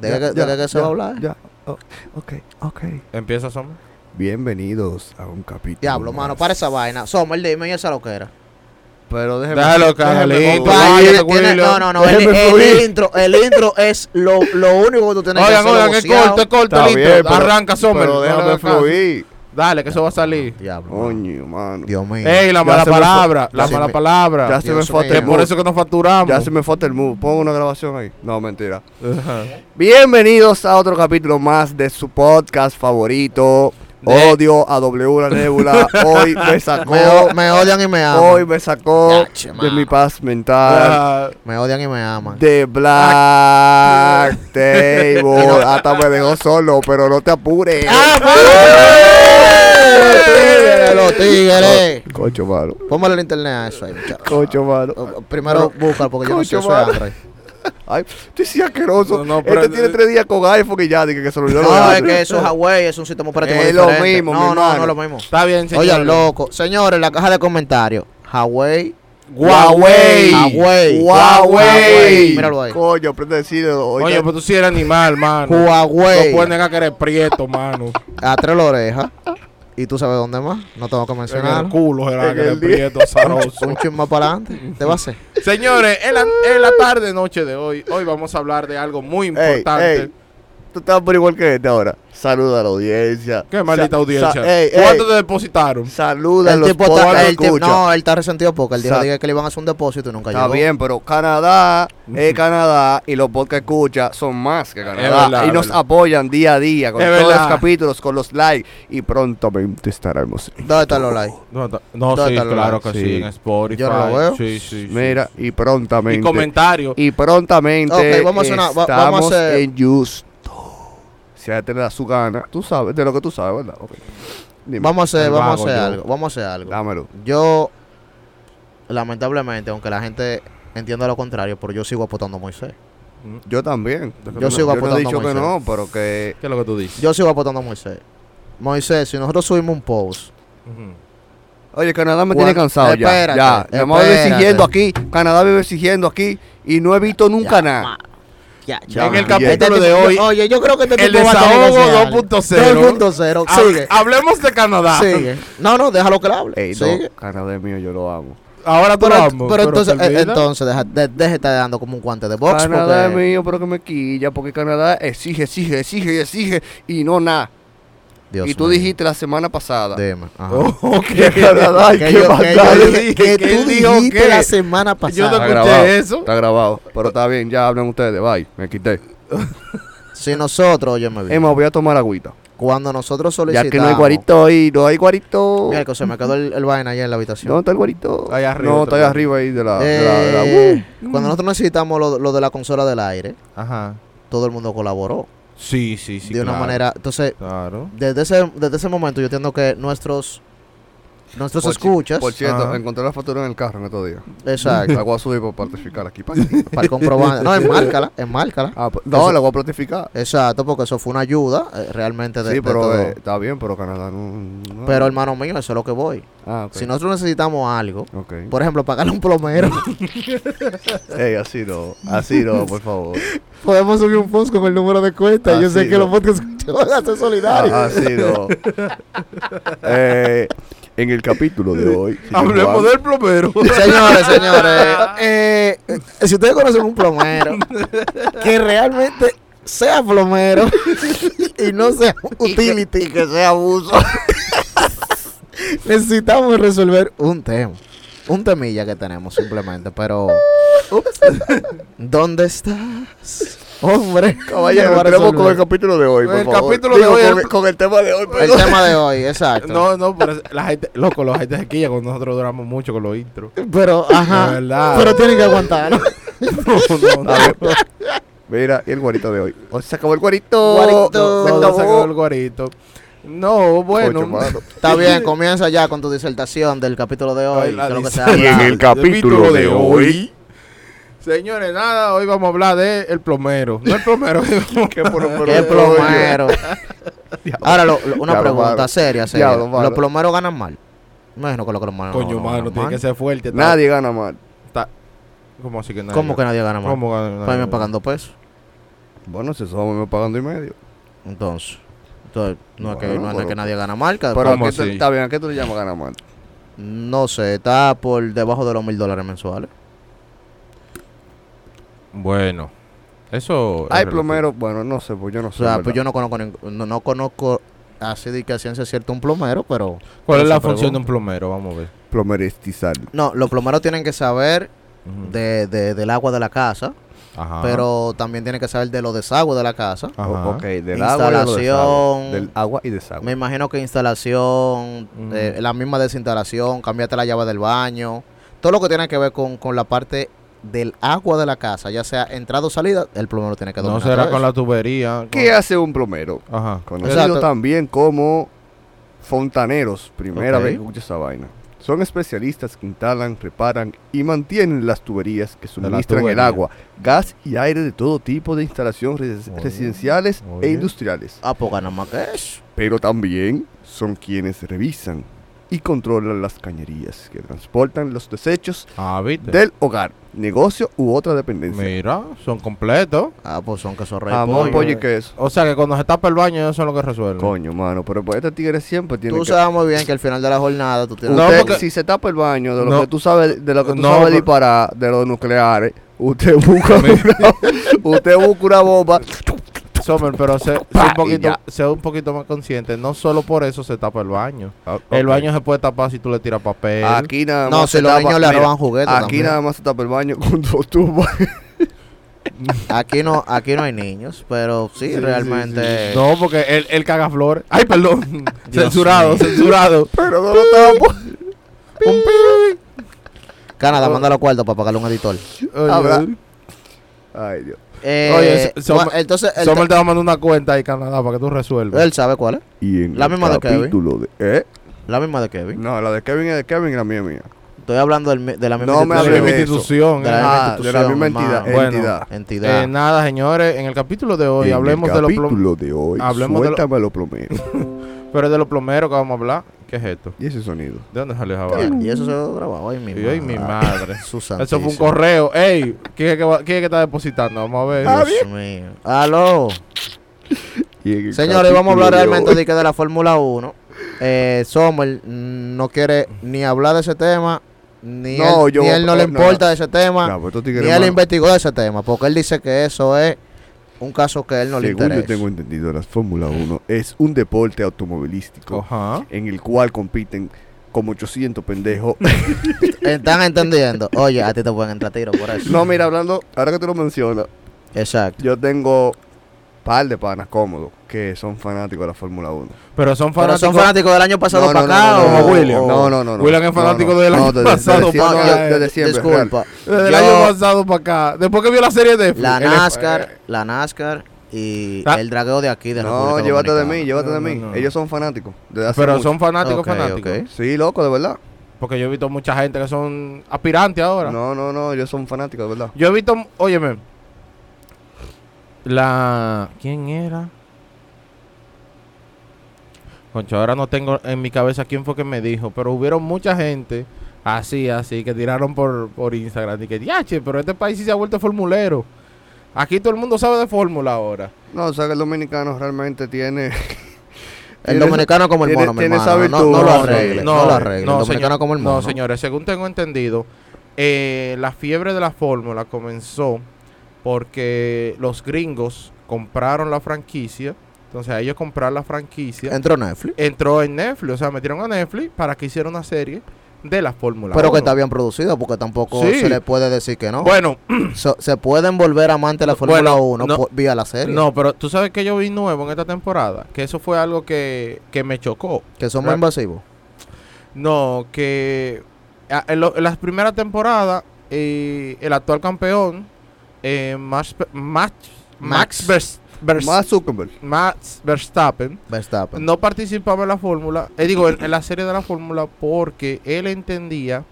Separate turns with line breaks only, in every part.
Deja que- deja que se va a hablar.
Ya. Oh, ok, ok.
Empieza, Sombra.
Bienvenidos a un capítulo.
Diablo, mano,
más.
para esa vaina. Somos el dime y esa loquera.
Pero déjeme.
Déjalo,
déjeme
Carlito.
concluir.
Vaya,
Tiene-
Willow.
no, no, no. El,
Déjeme
el
fluir.
intro, el intro es lo, lo único que tú tienes
Oigan,
que hacer.
oigan, es
boceado.
corto, es corto,
Está
listo.
bien, pero-
Arranca, Sombra.
Pero déjame fluir.
Dale, que eso va a salir.
Diablo. mano.
Coño, mano.
Dios mío.
Ey, la
Ya
mala
se me fue-
palabra.
ya
La
se
mala
me-
Ya
palabra.
se me
Dios mío.
fue
Que
el
se
por
mood.
eso que nos facturamos.
Ya se me fue el move. Pongo una grabación ahí. No, mentira.
Ajá.
Bienvenidos a otro capítulo más de su podcast favorito.
De-
Odio a W la Nebula. Hoy me sacó.
Me, o- me odian y me aman.
hoy me sacó
Yache,
de
mano.
mi paz mental.
Ah,
Me odian y me aman.
De Black Table. Hasta me dejó solo, pero no te apures.
¡Ah,
Los ¡Ah, tigres, los tigres.
Cocho malo.
Póngale el internet a eso ahí, muchacho.
Ah.
Cocho malo.
O- o- Primero búscalo porque yo no sé, yo
Coño,
soy
mano.
Android.
Ay, estoy sí asqueroso.
No, Ah, no,
este
pero-
tiene tres días con iPhone y ya, dije que se lo olvidó. lo de
No, es
Android.
que eso es Huawei, es un sistema operativo
Es lo
diferente.
mismo, mi
No, no, no
hermano.
es lo mismo.
Está bien, señor.
Oigan, loco. Señores, la caja de comentarios. Huawei.
Huawei.
Huawei.
Huawei.
Míralo ahí.
Coño, aprende a decirlo.
Oye,
Oiga,
pero tú sí eres animal, mano. No puedes
Huawei.
negar que eres prieto, mano.
A tres la oreja. Y tú sabes dónde más. No tengo que
En el
mencionarlo.
culo, será
En
que
el
eres
día.
prieto, azaroso.
Un chin más para adelante. Te va a hacer.
Señores, en la, en la tarde, noche de hoy, hoy vamos a hablar de algo muy
Ey,
importante.
ey, tú estás por igual que este ahora. Saluda a la audiencia.
Qué maldita
Sa-
audiencia.
sa- ey,
¿Cuánto
ey,
te depositaron?
Saluda a
El
los
tipo está,
podcasts
el
que
tipo-
escuchan.
no, él está resentido porque él dijo
Sa-
dije, que le iban a hacer un depósito y nunca
Está
llegó.
bien, pero Canadá es Canadá y los podcasts que escucha son más que Canadá.
verdad,
y
es
nos
verdad.
apoyan día a día con
Es
todos
verdad.
los capítulos, con los likes y prontamente estaremos.
¿Dónde están los likes?
No, ta- no,
¿Dónde
sí,
está lo
claro
de-
que sí.
sí.
en Spotify.
Yo no lo veo.
Sí, sí, sí.
Mira, y
Y
prontamente.
comentarios.
Y prontamente
Ok, vamos a hacer una- va-
estamos
vamos a hacer-
en Justo. Si a te le da su gana, tú sabes, de lo que tú sabes, ¿verdad? Ok. Dime,
Vamos a hacer,
El
vamos a
vago,
hacer
yo.
algo. Vamos a hacer algo.
dámelo.
Yo, lamentablemente, aunque la gente entienda lo contrario, pero yo sigo apostando a Moisés.
Yo también.
Yo
no,
sigo
yo no
apuntando
he dicho que
Moisés.
no, pero que...
¿Qué es lo que tú dices?
Yo sigo apostando a Moisés. Moisés, si nosotros subimos un post,
Ujú.
Oye, Canadá me
Cuan-
tiene cansado
Espérate,
ya. Ya, me vive
espérate.
exigiendo aquí. Canadá vive exigiendo aquí. Y no he visto nunca
Ya,
nada.
ma- ya,
Ya,
en el
ya.
capítulo
Este
de
tipo-
hoy,
yo- oye, yo creo que este
el
tipo va a tener que hacer algo.
desahogo 2.0.
2.0.
Ha-
Sigue.
Hablemos de Canadá.
Sigue. No, no, déjalo que le hable.
Ey, no,
Sigue.
Canadá es mío, yo lo amo.
Ahora tú
Pero,
lo
ent-
amo,
pero entonces,
te
eh,
olvidas.
entonces deja, de, deja de estar dando como un guante de box.
Canadá es
porque-
mío, pero que me quilla. Porque Canadá exige, exige, exige, y exige. Y no nada.
Dios
Y tú
mío.
dijiste la semana pasada.
Dime. ajá.
Oh,
Que Canadá hay que
yo- yo
matar.
yo
dije-
dije
que
que
tú
él dijo
dijiste
que-
la semana
Yo no
pasada.
Está
escuché
grabado,
eso.
Está grabado. Pero está bien, ya hablan ustedes. Bye, me quité.
Si nosotros, oye, me
Emma, voy a tomar agüita.
Cuando nosotros
Ya
solicitamos.
que no hay guarito ahí, no hay guarito.
Mira, que se me quedó el, el vaina allá en la habitación.
¿Dónde está el guarito?
Ahí arriba,
No, está
otra
ahí
vez.
arriba ahí de la. de la- de la-
Eh, Cuando nosotros necesitamos lo, lo de la consola del aire,
Ajá.
todo el mundo colaboró.
Sí, sí, sí.
de una
claro.
manera. Entonces,
Claro.
desde ese, desde ese momento yo entiendo que nuestros. Nuestros
Por ci-
escuchas.
Por cierto,
Ajá.
encontré la factura en el carro en estos días.
Exacto.
La voy a subir para certificar aquí. pa'
para comprobar. No, enmárcala, enmárcala.
Ah, pues, no,
Eso-
la voy a platificar.
Exacto, porque eso fue una ayuda eh, realmente de,
Sí,
de
pero
todo.
eh, está bien, pero Canadá no. no-
Pero hermano mío, eso es lo que voy.
Ah, ok.
Si Pues, nosotros necesitamos algo,
Ok.
por ejemplo, pagarle a un plomero,
Ey, así no, así no, por favor.
podemos subir un post con el número de cuenta.
Yo sé que los
podcasts van a ser solidarios.
Ah, así no. Eh, en el capítulo de hoy. señor
Hablemos
Juan,
del plomero.
Señores, señores, eh, eh, si ustedes conocen un plomero que realmente sea plomero y no sea utility,
Y que sea abuso.
necesitamos resolver un tema. Un temilla que tenemos simplemente, pero... Ups. ¿Dónde estás? Hombre,
Caballero,
Para
entremos
resolver.
con el capítulo de hoy, por
El
favor.
capítulo de hoy,
Con,
el-
con el tema de hoy, pues.
el
perdón.
tema de hoy, exacto.
No, no, pero es- la gente, loco, la gente se quilla cuando nosotros duramos mucho con los intros.
Pero,
De
ajá.
verdad.
Pero tienen que aguantar, ¿no?
no, no, no.
A ver, Mira, y el guarito de hoy. Oh, se acabó el guarito.
Guarito.
Se
No, no se
acabó.
quedó el guarito. No, bueno.
Coño, mano.
Está bien, comienza ya con tu disertación del capítulo de hoy.
Ay, la
de lo que se
disertación.
habla.
Y en el capítulo de hoy.
Señores, nada, hoy vamos a hablar de el plomero. No el plomero.
Qué plomero.
Qué plomero. Ahora, lo- lo- una
Diablo,
pregunta
mano.
seria, seria.
Diablo, mano.
¿Los plomeros ganan mal? Imagino que los plomeros no-
Coño,
no
mano,
ganan
tiene
mal.
que ser fuerte. está-
Nadie gana mal.
está- ¿Cómo así que nadie?
¿Cómo que nadie gana mal? Pues
¿Cómo gana nadie?
Para mí me pagan dos pesos.
Bueno, si somos me pagando y medio.
Entonces, entonces no, es que,
Bueno,
no es
pero-
que nadie gana marca.
Pero
¿cómo
¿a qué tú-
así?
está bien, ¿a qué tú le llamas ganar más?
no sé, está por debajo de los mil dólares mensuales.
Bueno, eso. es
Hay
relativo.
plomeros, bueno, no sé, pues yo no
O
sé.
sea, pues
¿verdad?
yo no conozco, ning- no, no conozco así de que a ciencia cierta un plomero, pero...
¿Cuál
no
es
se
la
pregunta.
función de un plomero? Vamos a ver.
Plomeristizar.
No, los plomeros tienen que saber
Ujú.
de, de- del agua de la casa,
Mm. Ajá.
pero también tienen que saber de los desagües de la casa.
Ajá.
O- ok, del agua y de los desagües.
Instalación.
Del agua y desagüe.
Me imagino que instalación,
Mm.
eh, la misma desinstalación, cambiarte la llave del baño, todo lo que tiene que ver con, con la parte del agua de la casa, ya sea entrada o salida, el plomero tiene que
No
dominar
será
todo
con la tubería. con-
¿Qué hace un plomero?
Ajá.
Conocido
Exacto.
también como fontaneros. Primera
Ok.
vez que escucho esa vaina. Son especialistas que instalan, reparan y mantienen las tuberías que suministran el
tubería.
agua, gas y aire de todo tipo de instalaciones res-
Oye,
residenciales
oye.
e industriales.
eso. Ah, pues gana más que eso.
Pero también son quienes revisan y controlan las cañerías que transportan los desechos
Ah, ¿viste?
del hogar, negocio u otra dependencia.
Mira, son completos.
Ah, pues son que son rey
Jamón,
pollo.
pollo y queso.
O sea que cuando se tapa el baño, ellos son los que resuelven.
Coño, mano, pero pues este tigre siempre tiene
Tú
que...
sabes muy bien que al final de la jornada tú tienes...
No,
Usted,
porque-
si se tapa el baño de lo
No.
que tú sabes, de lo que tú
No,
sabes
pero-
disparar, de los nucleares, usted busca una, usted busca una bomba.
Somer, pero sé, sé
Pa,
un
y
poquito,
ya.
sé un poquito más consciente. No solo por eso se tapa el baño. El baño se puede tapar si tú le tiras papel.
Aquí nada más.
No, si
se
los
tapa-
niños le
mira,
roban juguetes
Aquí
también.
nada más se tapa el baño con dos tubos.
Aquí no, aquí no hay niños, pero sí,
Sí, sí,
realmente...
No, porque él, él caga flores. Ay, perdón.
Dios
censurado,
mío.
censurado.
Pero no lo tapa.
Canadá, manda los cuartos para pagarle un editor.
Oye,
Habrá- Ay, Dios.
Eh,
Oye, so-
bueno,
Sommer-
entonces, él,
Somer te va a mandar una cuenta ahí, Canadá, para que tú resuelvas.
él sabe cuál es.
Y en
La
el
misma de Kevin.
capítulo de. ¿Eh?
La misma de Kevin.
No, la de Kevin es de Kevin y la mía es mía.
Estoy hablando del mi- de la misma
No me
La
hable
institución.
misma
de eso.
institución.
De
eh.
la misma
Ah, de la
institución,
misma
hermano.
entidad.
Bueno,
entidad.
Entidad.
Eh, nada, señores, en el capítulo de hoy
En el
hablemos de los plomeros.
capítulo de hoy,
hablemos de lo-
suéltame lo plomero.
Pero es de los plomeros que vamos a hablar. ¿Qué es esto?
Y ese sonido.
¿De dónde salió esa vaina?
Ah, Y eso se grabó hoy mi
Y hoy mi madre.
Susan.
Eso fue un correo. Ey, ¿quién es que, va- quién es que está depositando? Vamos a ver.
Ah,
Dios mío. Aló.
Y en el
Señores, vamos a hablar
capítulo de
realmente
hoy-
de, que de la Fórmula 1. Eh, Sommer mm, no quiere ni hablar de ese tema, ni,
No,
él,
yo
ni
voy a-
él no le
no,
importa
no.
de ese tema,
Nah, pues estos
ni
tigres,
él
hermano,
investigó de ese tema, porque él dice que eso es un caso que a él no le
Según
interesa.
yo tengo entendido, la Fórmula
Ah.
1 es un deporte automovilístico
Oh.
Ajá.
en el cual compiten como 800 pendejos.
Están entendiendo. Oye, a ti te pueden entrar tiro por eso.
no, mira, hablando, ahora que tú lo mencionas,
Exacto.
yo tengo par de panas cómodos que son fanáticos de la Fórmula 1.
Pero son
Pero
fanáticos.
son fanáticos del año pasado
No,
para
no, no,
acá
no, no,
o
no,
William?
No, no, no. no.
William es
No,
fanático
no.
del
No,
año
desde- desde
pasado
siempre,
No,
para
no,
yo-
acá.
desde siempre, real.
Disculpa.
Desde el
Yo-
año pasado para acá. Después que vio la serie de.
La
él es-
NASCAR, la NASCAR y
Ah.
el dragueo de aquí de
No,
República
llévate de
Dominicana.
mí, llévate de
No,
mí.
no, no.
Ellos son fanáticos. desde hace
Pero
mucho.
son fanáticos,
Ok,
fanáticos.
ok.
Sí, loco, de verdad.
Porque yo he visto mucha gente que son aspirantes ahora.
No, no, no, ellos son fanáticos, de verdad.
Yo he visto. Óyeme. La. ¿Quién era? Concho, ahora no tengo en mi cabeza quién fue que me dijo, pero hubieron mucha gente así, así, que tiraron por, por Instagram y que, diache, pero este país sí se ha vuelto formulero. Aquí todo el mundo sabe de fórmula ahora.
No, o sea que el dominicano realmente tiene.
El
tiene-
dominicano como el
tiene-
mono, mi
tiene
hermano.
esa
No,
virtud.
no lo
No,
arregle, no, lo arregle.
no,
el dominicano
señor,
como el
no,
mono.
señores, según tengo entendido, eh, la fiebre de la fórmula comenzó porque los gringos compraron la franquicia. Entonces, a ellos comprar la franquicia,
Entró Netflix,
entró en Netflix, o sea, metieron a Netflix para que hiciera una serie de la Fórmula
pero que
1.
está bien producido porque tampoco
Sí.
se le puede decir que no.
Bueno,
So- se pueden volver amantes de la Fórmula
bueno,
1
no.
por- vía la serie,
no, pero tú sabes que yo vi nuevo en esta temporada, que eso fue algo que, que me chocó.
que son más
Ra-
invasivos.
No, que a- en, lo- en las primeras temporadas, eh, el actual campeón, eh, Max, Ver- Max, Max,
Max.
Vers- Vers-
Más Zuckerberg.
Max Verstappen,
Verstappen.
no participaba en la fórmula, eh, digo, en, en la serie de la fórmula, porque él entendía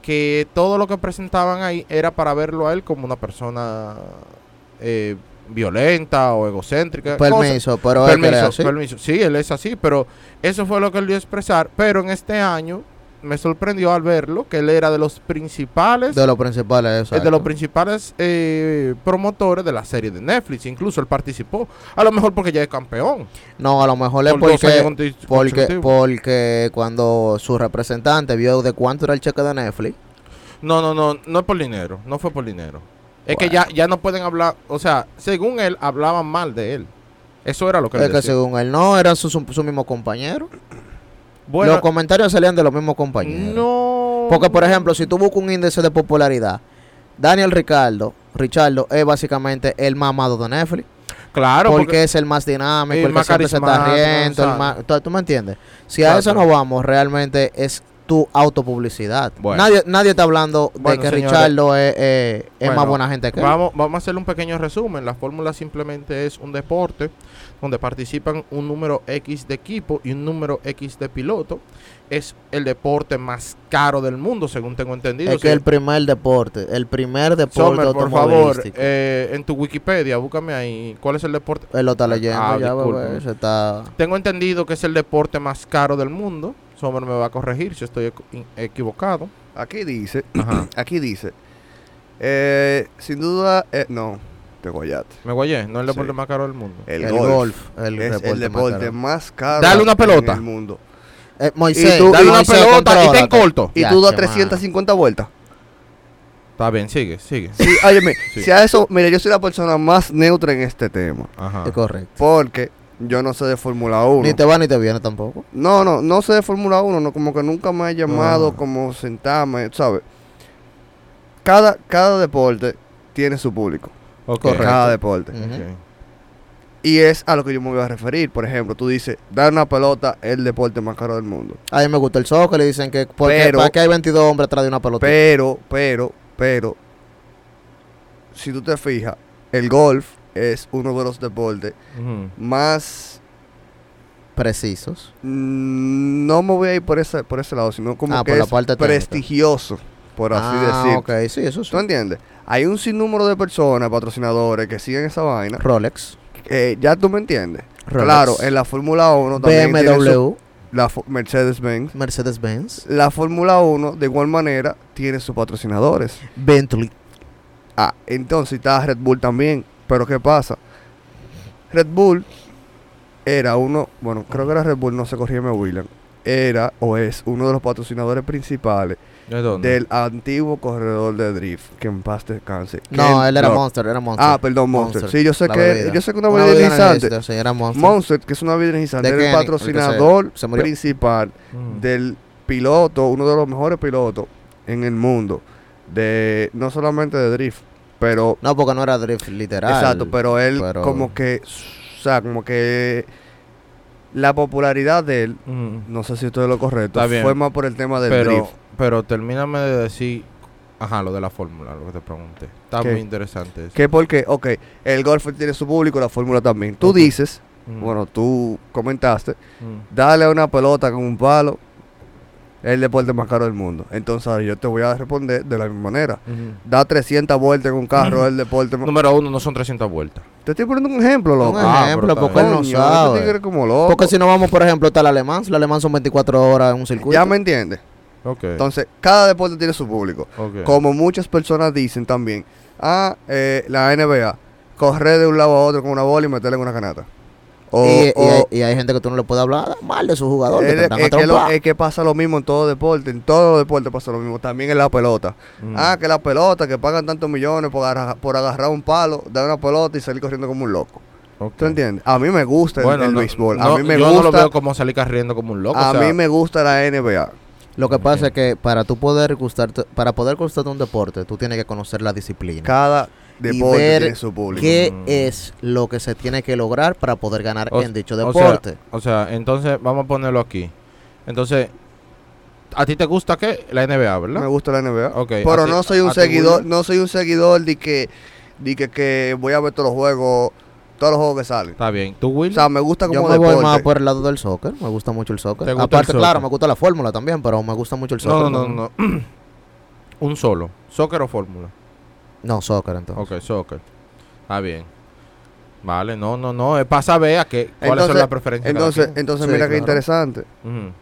que todo lo que presentaban ahí era para verlo a él como una persona eh, violenta o egocéntrica.
Pues
cosa-
permiso, pero es que era
permiso,
así.
permiso. Sí, él es así, pero eso fue lo que él dio a expresar. Pero en este año me sorprendió al verlo que él era de los principales
De los principales,
es de los principales eh, promotores de la serie de Netflix. Incluso él participó. A lo mejor porque ya es campeón.
No, a lo mejor es
por dos años
porque,
conti-
porque,
consecutivos.
porque cuando su representante vio de cuánto era el cheque de Netflix,
No, no, no. No es por dinero. No fue por dinero. Es que ya, ya no pueden hablar. O sea, según él, hablaban mal de él. Eso era lo que él
es que
decía.
según él no, eran sus su, su mismos compañeros.
Bueno,
los comentarios salían de los mismos compañeros.
no.
Porque, por ejemplo, si tú buscas un índice de popularidad, Daniel Ricardo, Richardo, es básicamente el más amado de Netflix.
Claro,
porque,
porque.
es el más dinámico,
el
el, que
más
siempre se está
carismático,
riendo. el
exacto.
más- ¿tú, tú me entiendes? Si a eso
Exacto.
no vamos, realmente es tu autopublicidad.
Bueno.
Nadie, nadie está hablando de
Bueno,
que
señores.
Richardo es, eh, es
Bueno,
más buena gente que él.
Vamos, vamos a hacer un pequeño resumen. La fórmula simplemente es un deporte donde participan un número X de equipo y un número X de piloto. Es el deporte más caro del mundo, según tengo entendido.
Es que
Sí.
el primer deporte, el primer deporte
Sommer, por favor,
automovilístico.
eh, en tu Wikipedia, búscame ahí cuál es el deporte.
él Eh, lo está leyendo
ah,
ya,
disculpa.
bebé, se está...
Tengo entendido que es el deporte más caro del mundo. Sommer me va a corregir si estoy equ- in- equivocado.
Aquí dice, aquí dice, eh, sin duda, eh, no, te guayaste.
Me guayé, no es el
Sí.
deporte más caro del mundo.
El,
El
golf,
golf, el deporte
es
más
el deporte
caro.
más caro
Dale una pelota.
en el mundo.
Eh, Moisés,
Y tú-
dale
y-
Moisés,
una pelota, y ten
contrólate.
corto.
Y
Ya,
tú das
che, mano.
350 vueltas.
Está bien, sigue, sigue.
Sí, óyeme,
Sí.
si a eso, mira, yo soy la persona más neutra en este tema.
Ajá.
Es correcto.
Porque yo no sé de Fórmula 1.
Ni te va ni te viene tampoco.
No, no, no sé de Fórmula 1, no, como que nunca me ha llamado,
Ah.
como sentarme, ¿sabes? Cada, cada deporte tiene su público.
Ok.
Correcto.
Cada deporte.
Ujú.
Ok.
Y es a lo que yo me voy a referir. Por ejemplo, tú dices, dar una pelota es el deporte más caro del mundo.
A mí me gusta el soccer, le dicen que porque
Pero-
para qué hay 22 hombres atrás de una pelota.
Pero, pero, pero, si tú te fijas, el golf es uno de los deportes
Ujú.
más...
Precisos.
mm, No me voy a ir por ese, por ese lado, sino como
Ah,
que
por la
es
parte técnica.
prestigioso, por así
ah,
decirlo.
ok, sí, eso sí.
¿Tú entiendes? Hay un sinnúmero de personas, patrocinadores, que siguen esa vaina.
Rolex.
Eh, ya tú me entiendes.
Rolex.
Claro, en la Fórmula 1 también. tiene su-
BMW,
la Fo- Mercedes-Benz.
Mercedes-Benz,
La Fórmula 1, de igual manera, tiene sus patrocinadores.
Bentley.
Ah, entonces está Red Bull también. Pero ¿qué pasa? Red Bull era uno, bueno, creo que era Red Bull, no se corrígeme William. Era o es uno de los patrocinadores principales
¿De dónde?
del antiguo corredor de drift, que en paz descanse.
No,
Ken
él era
Block.
Monster, era Monster.
Ah, perdón, Monster.
Monster,
Sí, yo sé
la
que
bebida.
yo sé que una
Una
bebida
bebida
energizante.
energizante, sí, era Monster.
Monster, que es una bebida energizante,
De
era
Kenny,
el
el que se-
patrocinador
se murió.
principal
Ujú.
del piloto, uno de los mejores pilotos en el mundo de no solamente de drift, pero
No, porque no era drift literal.
exacto, pero él
pero-
como que o sea, como que la popularidad de él,
Ujú.
no sé si esto es lo correcto,
Está bien.
fue más por el tema del
pero,
drift.
pero termíname de decir, ajá, lo de la fórmula, lo que te pregunté. Está
¿Qué?
muy interesante eso.
Que porque, ok, el golf tiene su público, la fórmula también. Tú
Ok.
dices,
Mm,
bueno, tú comentaste
mm.
Dale a una pelota con un palo. Es el deporte más caro del mundo. Entonces ahora yo te voy a responder de la misma manera.
Ujú.
Da 300 vueltas con un
Mm.
carro, es el deporte más...
Número uno, no son 300 vueltas.
Te estoy poniendo un ejemplo, loco.
Un
Ah,
ejemplo,
pero
porque él no
Coño, este tigre
sabe.
es como loco.
Porque si no vamos, por ejemplo, está el alemán. El alemán son 24 horas en un circuito.
Ya me entiendes.
Ok.
Entonces, cada deporte tiene su público.
ok.
Como muchas personas dicen también, ah, eh, la NBA, correr de un lado a otro con una bola y meterle en una canasta. O,
y, y
o-
hay, y hay gente que tú no le puedes hablar mal de su jugador.
Oh, es,
que te van a
es que lo-
trompar.
es que pasa lo mismo en todo deporte, en todos los deportes pasa lo mismo, también en la pelota.
Mm.
Ah, que la pelota, que pagan tantos millones por, agarra- por agarrar un palo, dar una pelota y salir corriendo como un loco.
Ok.
¿Tú entiendes? A mí me gusta el-
Bueno,
el
no-
béisbol.
no,
a mí me
yo no lo
gusta.
veo como salir corriendo como un loco.
a
o sea,
mí me gusta la NBA.
Lo que pasa es que para tú poder gustarte, para poder gustarte un deporte, tú tienes que conocer la disciplina.
Cada deporte
ver
tiene su público.
¿Qué
Mm.
es lo que se tiene que lograr para poder ganar
O-
en dicho
o sea-
deporte?
O sea, entonces, vamos a ponerlo aquí. Entonces, ¿a ti te gusta qué? La NBA,
Me
¿verdad?
gusta la NBA.
Ok,
Pero
a ti-
no soy
a
un
ti,
seguidor,
William.
no soy un seguidor de que, de que, que voy a ver todos los juegos, todos los juegos que salen.
Está bien. ¿Tú, Will?
O sea, me gusta como
Yo me
deporte.
voy más por el lado del soccer, me gusta mucho el soccer.
¿Te gusta el
Aparte,
soccer?
claro, me gusta la fórmula también, pero me gusta mucho el soccer.
no, no, no, no. un solo. ¿Soccer o fórmula?
No, soccer entonces.
Ok, soccer. Está bien. Vale, no, no, no. Es para saber a qué, cuáles son
Entonces-
las preferencias. de cada
Entonces, entonces
Sí,
mira qué
claro.
interesante.
quien. Ujú.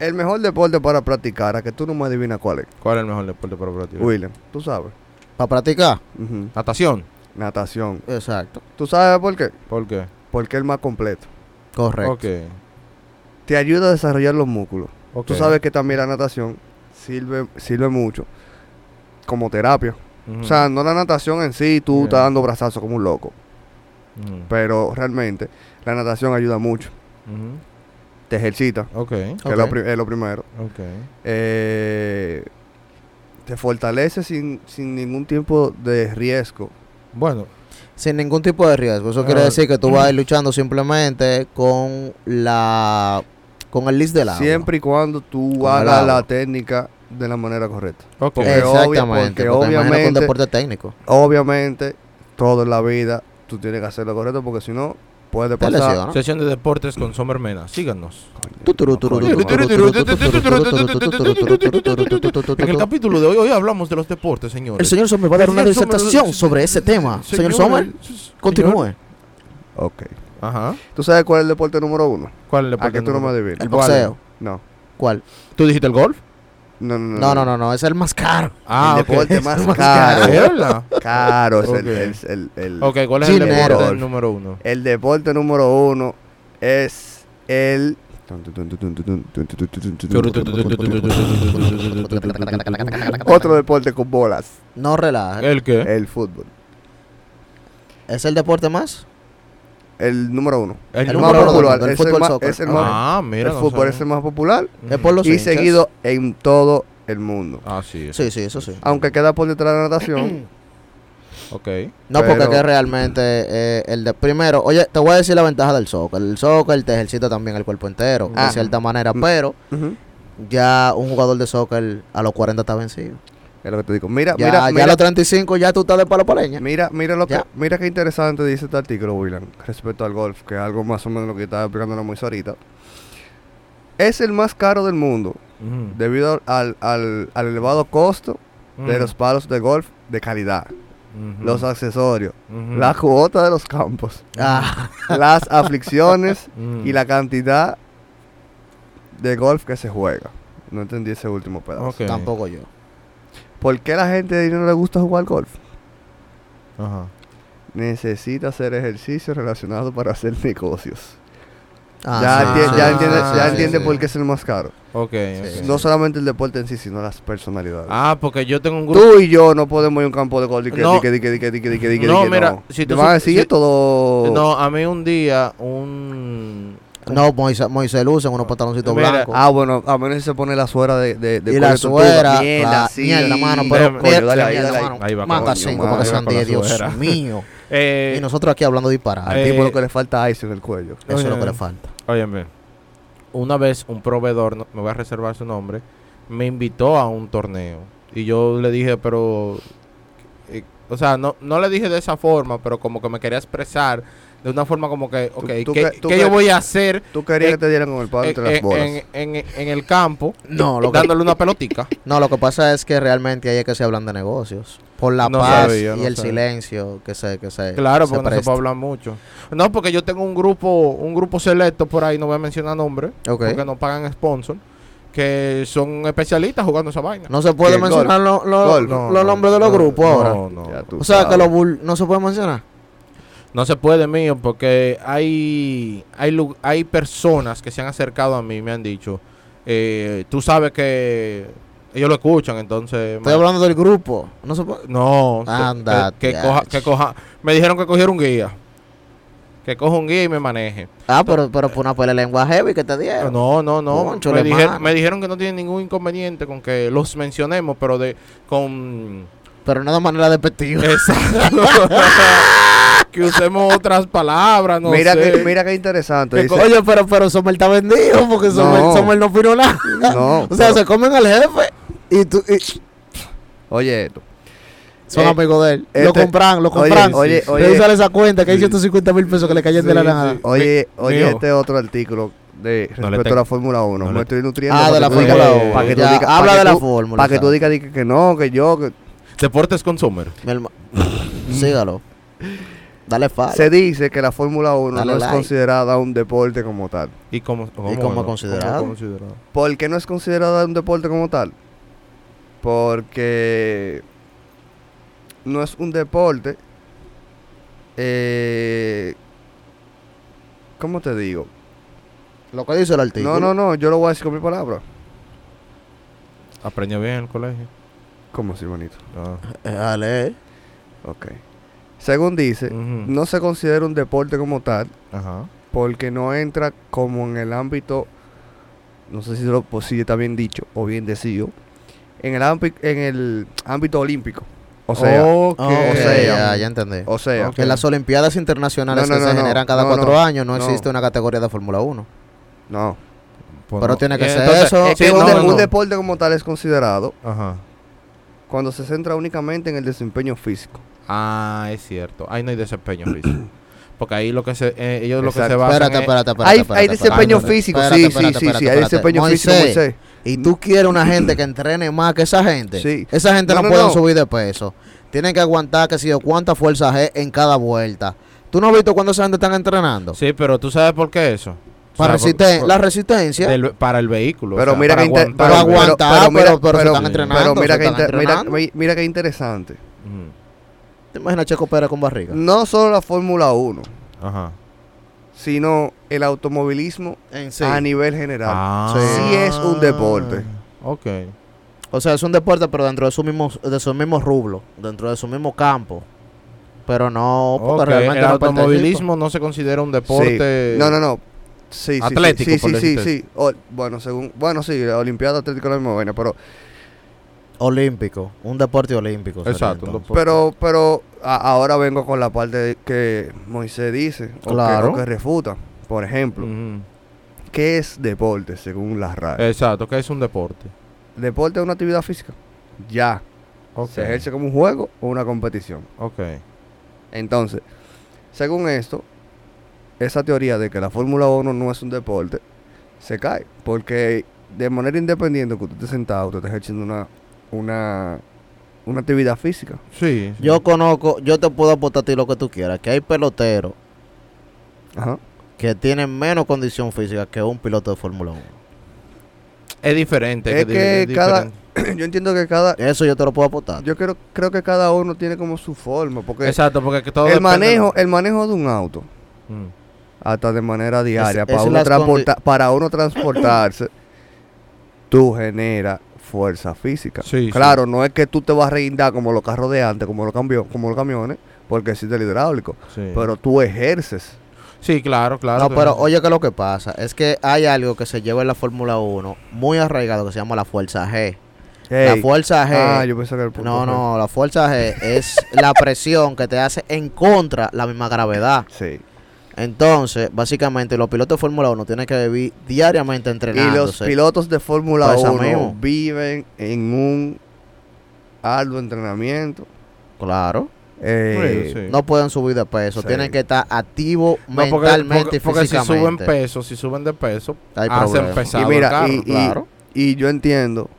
El mejor deporte para practicar, a que tú no me adivinas cuál es.
¿Cuál es el mejor deporte para practicar?
William, tú sabes.
Para practicar.
Ujú.
Natación.
Natación.
Exacto.
¿Tú sabes por qué?
¿Por qué?
Porque es el más completo.
Correcto.
Ok.
Te ayuda a desarrollar los músculos.
ok.
Tú sabes que también la natación sirve, sirve mucho como terapia.
Ujú.
O sea, no la natación en sí, tú
Ya.
estás dando brazazos como un loco.
Ujú.
Pero realmente la natación ayuda mucho.
Ujú.
Te ejercita,
Ok.
que es lo,
Ok.
pri- es lo primero.
Ok.
Eh, te fortalece sin, sin ningún tipo de riesgo.
Bueno,
Sin ningún tipo de riesgo. Eso quiere
Ah.
decir que tú vas a ir luchando simplemente con la con el list del agua.
Siempre y cuando tú
Con el
hagas
agua.
la técnica de la manera correcta.
ok.
Porque Eh,
Exactamente.
obvia-
porque me imagino que
porque
es un
obviamente-
deporte técnico.
Obviamente, todo en la vida tú tienes que hacer lo correcto porque si no,
Te
puede pasar.
lesiona.
Sesión de deportes con Somer Mena. Síganos. En el capítulo de hoy, hoy hablamos de los deportes, señores.
El señor Sommer va a dar una
Señor Sommer-
disertación sobre ese tema. Señor Sommer,
s- señor.
continúe.
Ok.
Ajá.
¿Tú sabes cuál es el deporte número uno?
¿Cuál es el
¿A
deporte
que tú no me
número-
adivinas?
El
¿Cuál?
boxeo.
No.
¿Cuál?
¿Tú dijiste el golf?
No, no, no.
No, no, no, no, es el más caro.
Ah,
el
ok.
deporte más
Más
Ah, ¿es
caro.
verdad?
caro es el-
Ok.
el- el- el,
Ok, ¿cuál es el
Dinero.
deporte número uno?
El deporte número uno es el. Otro deporte con bolas,
No relaja.
¿El qué?
el fútbol.
¿Es el deporte más?
El número uno.
El
El, más
número
popular.
uno, el
es, el
fútbol
más,
soccer.
es el más-
Ah, mira.
el
no
fútbol
sabía.
es el más popular
Es por los
y
hinchas.
seguido en todo el mundo.
Ah, sí.
Sí, sí, eso sí.
Aunque queda por detrás la natación.
Ok.
No, porque
Pero-
que realmente eh, el de primero, oye, te voy a decir la ventaja del soccer. El soccer te ejercita también el cuerpo entero,
Ah.
de cierta manera,
Mm.
pero
ujú,
ya un jugador de soccer a los 40 está vencido.
Es lo que te digo. Mira,
Ya,
mira,
ya
mira,
a los 35 ya tú estás de palo paleña.
mira, mira lo que,
Ya.
mira qué interesante dice este artículo, William, respecto al golf, que es algo más o menos lo que estaba explicando la Moisés ahorita. Es el más caro del mundo.
Ujú.
debido al, al- al elevado costo de
Ujú.
los palos de golf de calidad,
Ujú.
los accesorios,
Ujú.
la cuota de los campos,
Ah,
las aflicciones
Ujú.
y la cantidad de golf que se juega. No entendí ese último pedazo.
Ok.
tampoco yo.
¿Por qué la gente de ahí no le gusta jugar golf?
Ajá.
Necesita hacer ejercicio relacionado para hacer negocios.
Ah,
ya
sí,
enti-
sí,
ya
sí,
entiende,
sí,
ya
sí,
entiende
sí.
por qué es el más caro.
Ok.
Sí.
ok.
No solamente el deporte en sí, sino las personalidades.
Ah, porque yo tengo un grupo.
Tú y yo no podemos ir a un campo de gol. Di que,
No.
di que, di que, di que, di que, di que, di que,
No,
di que
mira,
no.
si
Te
tú
van a
su-
decir
si-
todo.
No, a mí un día, un.
No, Moisés, Moisés luce unos pantaloncitos
Mira,
blancos.
Ah, bueno, a menos si se pone la suera de. de, de
y la
cuello tortuga.
suera,
Mierda,
la
sí.
mierda, mano,
Coño,
pero mierda,
dale ahí,
mierda,
dale ahí.
mano.
Ahí va,
mata
coño,
cinco
madre,
para que
ahí va
sean
con la
10, Dios
suera.
mío.
Eh,
Y nosotros aquí hablando disparate.
Al
Eh,
tipo lo que le falta ice en el cuello.
Eso es
oye,
lo que le falta.
eh,
Óyeme, una vez un proveedor, no- me voy a reservar su nombre, me invitó a un torneo. Y yo le dije, pero. eh, o sea, no, no le dije de esa forma, pero como que me quería expresar de una forma como que, ok,
tú
¿qué,
cre- tú
qué
cre-
yo voy a hacer
Tú querías
Eh,
que te dieran con el palo
en,
entre las
en-
bolas.
en- en- en el campo,
No, lo que
dándole una pelotica?
Eh,
No, lo que pasa es que realmente ahí es que se hablan de negocios. Por la
No
paz
sabía,
y
no
el
sabía.
silencio que se que se
Claro,
se
porque no se
presta.
puede hablar mucho. No, porque yo tengo un grupo, un grupo selecto por ahí, no voy a mencionar nombres,
Ok.
porque no pagan sponsor, que son especialistas jugando esa vaina.
No se puede
¿Qué?
mencionar lo- lo-
Golf.
los nombres de los grupos
no,
ahora.
No, no.
Ya tú
o sea, que
sabes.
los bull- no se puede mencionar.
No se puede, mío, porque hay, hay, lu- hay personas que se han acercado a mí y me han dicho, eh, tú sabes que ellos lo escuchan, entonces...
Estoy hablando del grupo. No se puede.
No, que-
Anda,
que, que
ya,
coja,
ch-
que coja... Me dijeron que cogiera un guía. Que coja un guía y me maneje.
Ah, pero pero por una pelea de lengua heavy que te dieron.
No, no, no.
Cónchale,
Me, dijer-
mano.
me dijeron que no tienen ningún inconveniente con que los mencionemos, pero de con
Pero no de manera despectiva.
Exacto. que usemos otras palabras, no
mira,
sé.
que, mira qué interesante. Dice,
Oye, pero pero Sommer está vendido porque Sommer
No.
Sommer no firmó nada.
No,
o sea,
pero-
se comen al jefe y, tú, y
oye, esto.
son
Eh,
amigos de él. lo
este-
compran, lo
oye,
compran.
oye,
Le
oye.
usan esa cuenta que hay 150 mil pesos que le cayeron de la
Sí,
nada.
sí.
Oye,
Mi-
oye
mío.
este otro artículo de
No le
respecto
tengo.
a la Fórmula 1.
No le
Me estoy nutriendo.
Ah,
para
de la
que tú digas-
Fórmula 1.
para
digas-
que tú
Ya,
digas-
habla
para
de
que
la
tú-
Fórmula.
Para que tú
¿sabes?
digas di que, que no, que yo. que-
Deportes Consumer.
Mi herma- Sígalo. Dale falla.
Se dice que la Fórmula 1
Dale
no es
like.
considerada un deporte como tal.
¿Y cómo, cómo,
cómo considerado?
cómo considerado?
¿Por qué no es considerada un deporte como tal? Porque no es un deporte. eh, ¿Cómo te digo?
Lo que dice el artículo.
No, no, no, yo lo voy a decir con mi palabra.
Aprendió bien en el colegio.
¿Cómo así, bonito?
Ah.
Eh, dale.
Ok. Según dice,
Ujú.
no se considera un deporte como tal
Ajá.
porque no entra como en el ámbito, no sé si, lo, pues, si está bien dicho o bien decidido, en el, ámbi- en el ámbito olímpico. O sea,
Ok.
Ah, o sea, ya,
sea,
ya entendí.
o sea,
ok.
En las Olimpiadas Internacionales
No, no,
que
no,
se
no.
generan cada
No,
cuatro
no.
años no,
No.
existe una categoría de Fórmula 1.
no.
Pues
pero
no.
tiene que
Eh,
ser
entonces,
eso.
eh,
Sí,
Que
no,
un, de-
no,
un
no.
deporte como tal es considerado
Ajá.
cuando se centra únicamente en el desempeño físico.
Ah, es cierto. Ahí no hay desempeño físico. Porque ahí lo que se, eh, ellos lo que se
Exacto.
basan
Espérate,
es-
espérate, espérate.
Hay,
espérate,
hay
espérate.
desempeño
Ay, no,
físico,
espérate,
sí,
espérate,
sí, sí,
espérate,
sí, hay
espérate.
desempeño
Moisés,
físico, Moisés.
Y tú quieres una gente que entrene más que esa gente.
Sí.
Esa gente no,
No, no,
puede
no.
subir de peso. Tienen que aguantar que si yo cuánta fuerza G en cada vuelta. ¿Tú no has visto cuando esa gente están entrenando?
Sí, pero tú sabes por qué eso. Tú
Para
sabes por-
resisten-
por-
la resistencia.
del- para el vehículo. o
Pero
sea,
mira
para
que inter-
aguantar.
Para
pero- pero-
aguantar,
pero mira-
pero- pero se
pero-
están entrenando,
Pero mira
se
que
están
inter- mira-
entrenando.
mi- mira que interesante.
Ujú.
¿Te imaginas a Checo Pérez con barriga?
Mm,
No solo la Fórmula 1,
Ajá.
sino el automovilismo
En sí.
a nivel general.
Ah.
Sí es un deporte.
Ok.
O sea, es un deporte, pero dentro de su mismo, de su mismo rublo, dentro de su mismo campo. Pero no, porque
Ok,
realmente
El
no participa.
automovilismo no se considera un deporte.
Sí. No, no, no. Sí, sí, sí,
Atlético,
Sí,
por
sí, sí,
decirte.
sí. O- bueno, según, bueno, sí, la Olimpiada Atlético es la misma vaina, pero
Olímpico, un deporte olímpico. sería
Exacto, un
entonces.
deporte.
pero pero a- ahora vengo con la parte de que Moisés dice o que-
Claro.
o que, refuta. Por ejemplo,
Ujú.
¿qué es deporte según la RAE?
Exacto, que es un deporte.
Deporte es una actividad física. Ya.
Ok.
Se ejerce como un juego o una competición.
Ok.
Entonces, según esto, esa teoría de que la Fórmula 1 no es un deporte se cae. Porque de manera independiente que usted esté sentado, usted está ejerciendo una, una, una actividad física.
Sí. sí.
Yo conozco, yo te puedo aportar a ti lo que tú quieras, que hay peloteros
Ajá.
que tienen menos condición física que un piloto de Fórmula 1.
Es diferente.
Es
di-
que cada-
diferente.
yo entiendo que
Ah.
cada.
Eso yo te lo puedo aportar.
Yo creo, creo que cada uno tiene como su forma. Porque
Exacto, porque que todo
el
depende-
manejo, el manejo de un auto,
Mm.
hasta de manera diaria,
es
para, uno
las condi-
transporta- para uno transportarse, tú generas fuerza física.
Sí, sí.
claro, no es que tú te vas a reindar como los carros de antes, como los, cambio- como los camiones, porque existe el hidráulico,
Sí.
pero tú ejerces.
sí, claro, claro.
No, pero oye que lo que pasa es que hay algo que se lleva en la Fórmula 1 muy arraigado que se llama la fuerza G. la
Ey,
fuerza G.
ah, yo pensé que era el punto
No,
G.
no, la fuerza G es la presión que te hace en contra la misma gravedad.
Sí.
Entonces, básicamente, los pilotos de Fórmula 1 tienen que vivir diariamente
Y los
entrenándose.
pilotos de Fórmula
Por eso
1
mismo.
viven en un arduo entrenamiento.
claro.
eh,
Sí.
No pueden subir de peso.
Sí.
Tienen que estar activos
No, porque-
mentalmente
porque,
y
porque si
físicamente.
suben peso, si suben de peso,
Hay
hacen
problemas.
pesado
Y mira,
el carro.
y-
claro.
Y yo entiendo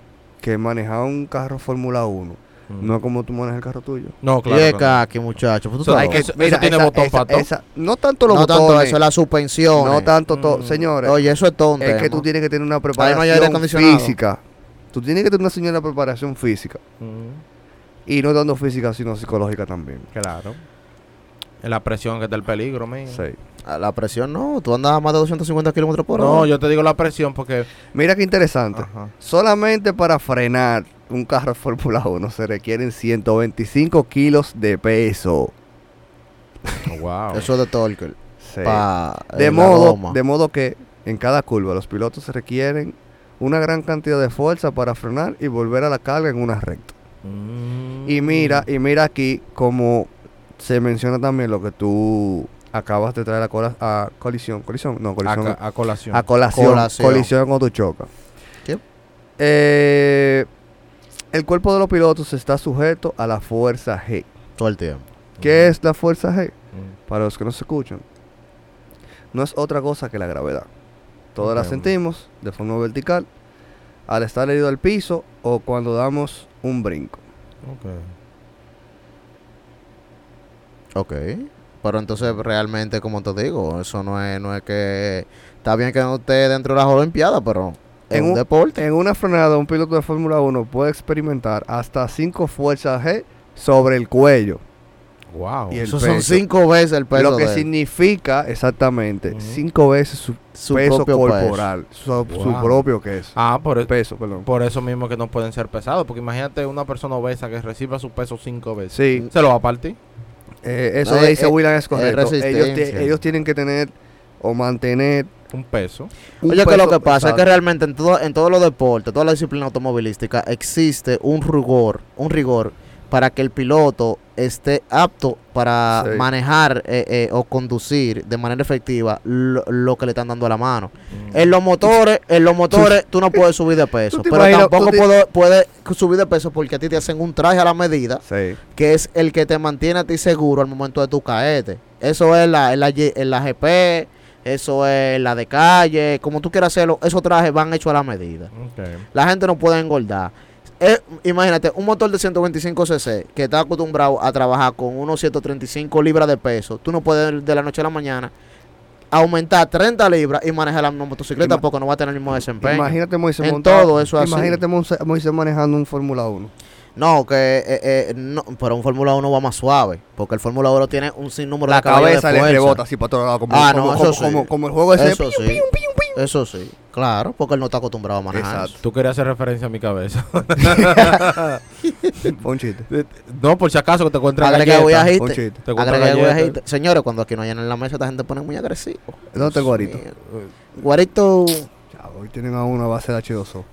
que manejar un carro Fórmula 1
Mm.
no es como tú manejas el carro tuyo.
No,
Y
claro.
es
claro.
aquí, muchachos. pues, tú
So,
estás
hay que-
loco.
Eso- eso tiene botón
esa-
para todo.
esa- no tanto los
No
botones.
tanto eso, la suspensión.
No tanto todo.
Mm.
Señores,
Oye, eso es tonto.
es que tú tienes que tener una
hay aire
preparación
acondicionado.
física. Tú tienes que tener una señora preparación física.
Mm,
Y no tanto física, sino psicológica también.
claro. Es la presión que está el peligro, mío.
Sí.
Ah, La presión no. Tú andas a más de 250 kilómetros por hora.
No, yo te digo la presión porque.
Mira qué interesante.
Ajá.
Solamente para frenar un carro de Fórmula 1 se requieren 125 kilos de peso.
Oh, wow.
Eso es de torque.
Sí.
pa-
De
eh, la
modo,
goma.
de modo que en cada curva los pilotos requieren una gran cantidad de fuerza para frenar y volver a la carga en una recta.
Mm.
Y mira, y mira aquí como se menciona también lo que tú acabas de traer a, cola- a colisión, colisión, no,
A,
colisión,
ca- a colación.
a colación,
Colación.
colisión cuando tú chocas.
¿Qué?
Eh, el cuerpo de los pilotos está sujeto a la fuerza G.
Todo el tiempo.
¿Qué es la fuerza G?
Mm.
Para los que no se escuchan, no es otra cosa que la gravedad. Todos la
Ok.
sentimos de forma vertical al estar herido al piso o cuando damos un brinco.
Ok.
Ok. Pero entonces realmente, como te digo, eso no es, no es que... Está bien que no esté dentro de las Olimpiadas, pero es
En
un,
un-
deporte.
En una frenada, un piloto de Fórmula 1 puede experimentar hasta 5 fuerzas G sobre el cuello.
Wow.
Y el
Eso son
peso.
cinco veces el peso
lo que
de
significa exactamente
Ujú.
5 veces su
su
peso
propio
corporal, Su, su
Wow.
propio queso.
Ah, por,
peso, perdón.
por eso mismo que no pueden ser pesados. Porque imagínate una persona obesa que reciba su peso cinco veces.
Sí,
Se lo va a partir.
eh, eso
Mm. No,
que
es-
dice
es-
William es
es
correcto. Ellos, ti-
resistencia.
ellos tienen que tener o mantener
Un peso.
un
Oye, que lo
peso-
que pasa es que
pues, exacto.
realmente en, todo, en todos los deportes, toda la disciplina automovilística, existe un rigor, un rigor para que el piloto esté apto para
Sí.
manejar eh, eh, o conducir de manera efectiva lo, lo que le están dando a la mano. En los motores, en los motores tú no puedes subir de peso,
Mm. tú te
pero
imaginas, tú
tampoco
te-
puedo- puedes subir de peso porque a ti te hacen un traje a la medida
Sí.
que es el que te mantiene a ti seguro al momento de tu caerte. Eso es la, en la, G- en la GP, eso es la de calle, como tú quieras hacerlo, esos trajes van hechos a la medida.
Ok.
La gente no puede engordar. Eh, imagínate, un motor de 125cc que está acostumbrado a trabajar con unos 135 libras de peso, tú no puedes de la noche a la mañana aumentar 30 libras y manejar la motocicleta
Ima-
porque no va a tener el mismo desempeño.
Imagínate Moisés
En
montado-
todo eso es así.
Imagínate Moisés Moisés manejando un Fórmula 1.
No, que eh, eh, no, pero un Fórmula 1 va más suave, porque el Fórmula 1 tiene un sinnúmero
La
de caballos de
cabeza le
fuerza.
rebota Pues así para todos lados. Como,
Ah,
como,
no,
como,
eso sí.
como- como el juego ese.
Eso sí. Eso sí. Claro, porque él no está acostumbrado a manejar.
Exacto.
eso.
Tú querías hacer referencia a mi cabeza.
Fue un chiste.
no, por si acaso que te encuentras
Agrega voy a
galletas.
Fue un chiste.
Te encuentras
Agrega
galletas.
guajajita. Señores, cuando aquí no llenan la mesa, esta gente pone muy agresivo.
¿Dónde está el
Dios
guarito?
mío. Guarito.
Ya, hoy tienen a uno a base de H2O.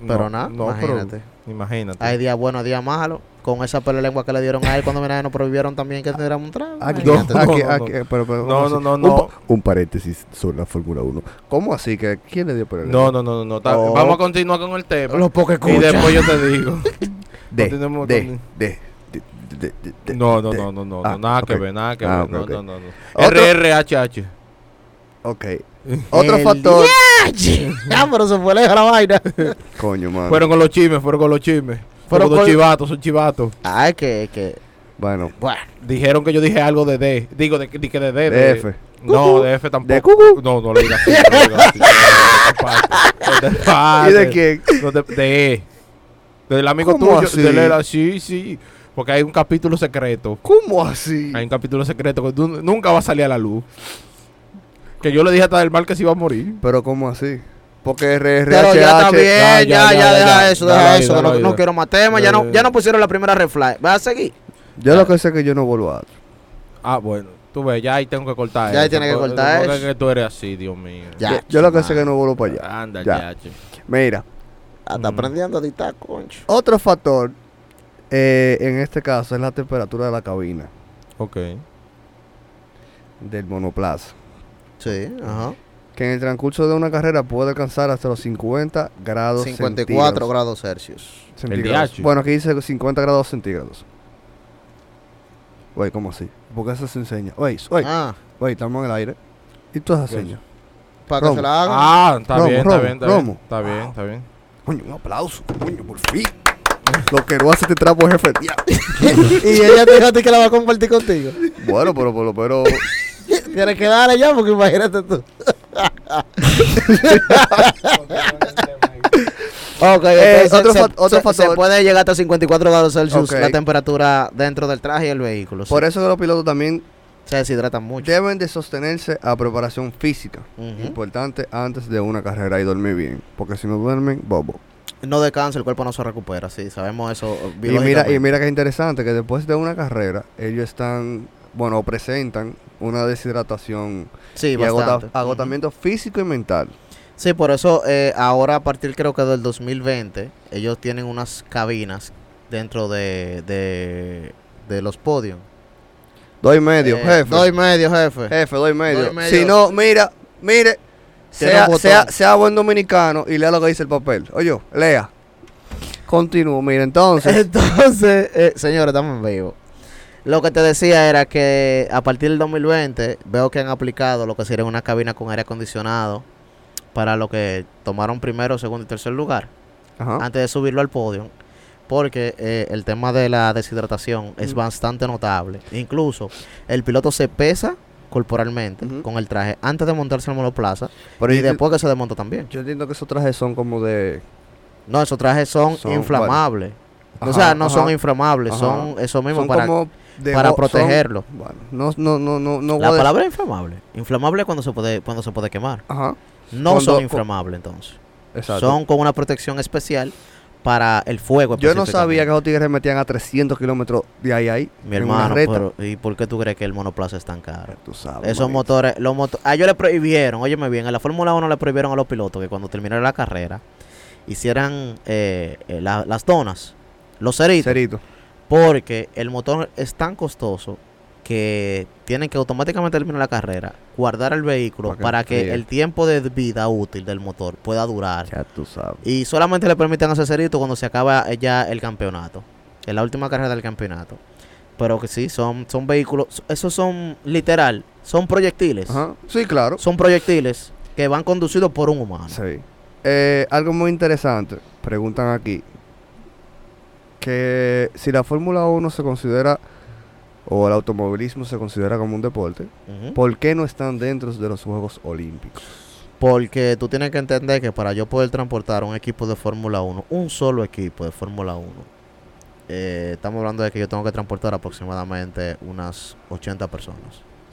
No,
Pero nada,
no, pero
imagínate.
imagínate.
Hay días buenos, días malos. Con esa pele lengua que le dieron a él cuando mira, nos prohibieron también que tuviéramos un trago.
Aquí,
no,
Imagínate.
aquí,
no,
aquí, eh, pero, pero, ¿cómo
No,
así?
no, no,
Un pa-
no.
Un paréntesis sobre la Fórmula 1. ¿Cómo así? que ¿Quién le dio por el
No, no, no, no. no, ta-
Oh.
No.
Vamos a continuar con el tema.
Los poco
y
escuchas.
después yo te digo.
De, de,
Continuemos
de,
con-
de, de, de, de-
No, no,
de-
no, no, no.
Ah,
no, nada
ok.
que ver, nada que
Ah,
ver.
ok,
No,
ok.
no, no, no.
Otro-
RRHH.
Ok. Otro
El
factor.
ya, pero se fue lejos la vaina.
Coño, mano.
Fueron con los chismes, fueron con los chismes. Fueron
con-
los chivatos, son chivatos.
Ay, que, que.
bueno,
Bueno.
Dijeron que yo dije algo de D. Digo, de, de que de D.
de F.
No, de F tampoco.
De cucú.
No, no lo digas así. No lo digas así. No te
¿Y
pases.
de quién?
No te- de E. Del amigo
¿Cómo
tuyo.
así?
del era- sí, sí. Porque hay un capítulo secreto.
¿Cómo así?
Hay un capítulo secreto que tú- nunca va a salir a la luz. Que yo le dije hasta del mal que se iba a morir.
Pero ¿cómo así? Porque RRHH.
Pero ya está bien, ya,
ya,
ya,
ya, ya,
deja
ya.
eso,
Dale
deja
ahí,
eso, que
dale
no,
ahí,
no
dale.
quiero más temas, ya no,
Eh.
ya no pusieron la primera red flag. ¿Vas a seguir?
Yo lo que sé es que yo no vuelvo a.
Ah, bueno. Tú ves, ya ahí tengo que cortar
Ya ahí
eso,
tiene que
por-
cortar
porque
eso.
es que tú eres así, Dios mío.
Ya.
Yo- yo lo que
chimán.
sé es que no vuelvo para allá.
Anda,
pues Ya.
ya.
Mira,
Ah,
Mm.
está aprendiendo a dictar, concho.
otro factor eh, en este caso es la temperatura de la cabina
Ok.
del monoplaza.
Sí, ajá.
que en el transcurso de una carrera puede alcanzar hasta los 50 grados
54
centígrados.
grados Celsius.
centígrados.
El DH.
Bueno, aquí dice 50 grados centígrados. Oye, ¿cómo así? Porque eso se enseña. Oye, s- oye,
Ah,
oye, estamos en el aire. ¿Y tú haces
Oye.
señas?
para que
Romo.
se la hagan.
Ah, está
Romo,
bien,
Romo,
está bien, está
Romo.
bien. Está bien, está bien.
Coño, un aplauso. Coño, por fin. Lo que no hace este trapo, jefe. Ya.
y ella te dijo a ti que la va a compartir contigo.
Bueno, pero por lo pero.
Tienes que darle ya, porque imagínate tú. Ok, entonces
otro
se,
fa- otro
se- se
factor.
puede llegar hasta 54 grados Celsius
Ok.
la temperatura dentro del traje y el vehículo. sí.
Por eso que los pilotos también
Se deshidratan mucho.
deben de sostenerse a preparación física.
Ujú.
Importante antes de una carrera y dormir bien. Porque si no duermen, bobo.
No descansa, el cuerpo no se recupera, sí, sabemos eso. eh,
Y mira, y
biológicamente.
mira que es interesante que después de una carrera, ellos están, bueno, presentan una deshidratación
sí,
y agota-
bastante.
agotamiento físico y mental.
Sí, por eso eh, ahora a partir creo que del 2020 ellos tienen unas cabinas dentro de, de, de los podios.
Doy medio,
Eh,
jefe.
Doy medio, jefe.
jefe, doy medio.
Doy medio.
Si no, mira, mire,
Tiene
sea,
un botón.
sea, sea buen dominicano y lea lo que dice el papel. Oye, lea. Continúo, mira, entonces.
Entonces, eh, señores, estamos en vivo. Lo que te decía era que a partir del 2020 veo que han aplicado lo que sería una cabina con aire acondicionado para lo que tomaron primero, segundo y tercer lugar.
Ajá.
ah, antes de subirlo al podio. porque eh, el tema de la deshidratación es
Mm.
bastante notable. Incluso el piloto se pesa corporalmente
Ujú.
con el traje antes de montarse en el monoplaza
Pero
y
yo,
después que se desmonta también.
yo entiendo que esos trajes son como de.
No, esos trajes son,
Son,
inflamables. o
Ajá,
sea, no
ajá.
son inflamables,
ajá.
son eso mismo
son
para,
como de
para
bo- son-
protegerlo.
bueno, no, no, no, no, no
La
voy a-
palabra es inflamable. Inflamable es cuando se puede, cuando se puede quemar.
Ajá,
No
Cuando-
son
cu-
inflamables entonces.
exacto.
Son con una protección especial para el fuego.
Yo no sabía que
específicamente.
esos tigres metían a 300 kilómetros de ahí a ahí.
Mi
en una
hermano,
recta.
pero ¿y por qué tú crees que el monoplaza es tan caro?
Tú sabes.
Esos
manito.
motores, los moto- a ellos le prohibieron, óyeme bien, en la Fórmula 1 le prohibieron a los pilotos que cuando terminaran la carrera hicieran eh, eh, la- las donas, los ceritos,
Cerito.
porque el motor es tan costoso que tienen que automáticamente terminar la carrera, guardar el vehículo
Pa' que
para que
fríe.
el tiempo de vida útil del motor pueda durar.
Ya tú sabes.
Y solamente le permiten hacer cerito cuando se acaba eh, ya el campeonato. En la última carrera del campeonato. Pero que sí, son, son vehículos. Esos son literal. Son proyectiles.
Ajá. Sí, claro.
Son proyectiles que van conducidos por un humano.
Sí. Eh, algo muy interesante, preguntan aquí, que si la Fórmula 1 se considera, o el automovilismo se considera como un deporte,
Ujú.
¿por qué no están dentro de los Juegos Olímpicos?
Porque tú tienes que entender que para yo poder transportar un equipo de Fórmula 1, un solo equipo de Fórmula 1, eh, estamos hablando de que yo tengo que transportar aproximadamente unas 80 personas.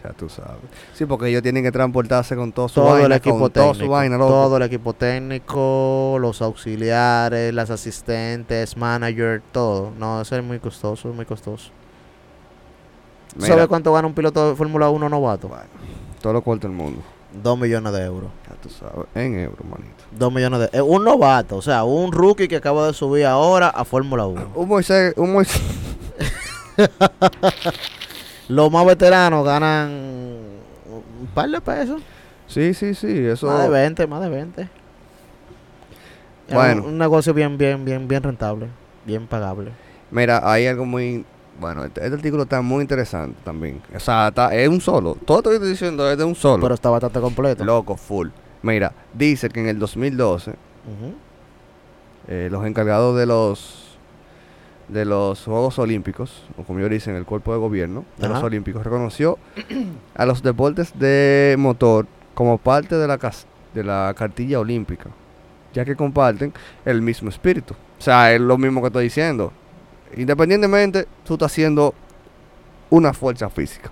Ya tú sabes. Sí, porque ellos tienen que transportarse con todo su
todo
vaina,
el equipo
con
técnico,
todo su vaina, loco.
todo el equipo técnico, los auxiliares, las asistentes, manager, todo. No, eso es muy costoso, muy costoso. ¿Tú
Mira,
¿Sabes cuánto gana un piloto de Fórmula 1 novato?
Bueno. todo lo cuarto del mundo.
Dos millones de euros.
Ya tú sabes. En euro, manito.
Dos millones de eh, un novato, o sea, un rookie que acaba de subir ahora a Fórmula 1.
Un Moisés, un Moisés.
Los más veteranos ganan un par de pesos,
Sí, sí, sí, eso.
más de 20, más de 20. Es un-
Bueno.
un, negocio bien, bien, bien, bien rentable, bien pagable.
Mira, hay algo muy. Bueno, este, este artículo está muy interesante también. O sea, está- es un solo. Todo lo que estoy diciendo es de un solo.
Pero está bastante completo.
Loco, full. Mira, dice que en el 2012,
Ujú.
eh, los encargados de los de los Juegos Olímpicos, o como yo dicen, el cuerpo de gobierno de los
Ajá.
Olímpicos, reconoció a los deportes de motor como parte de la, cas- de la cartilla olímpica, ya que comparten el mismo espíritu. O sea, es lo mismo que estoy diciendo. Independientemente, tú estás haciendo una fuerza física.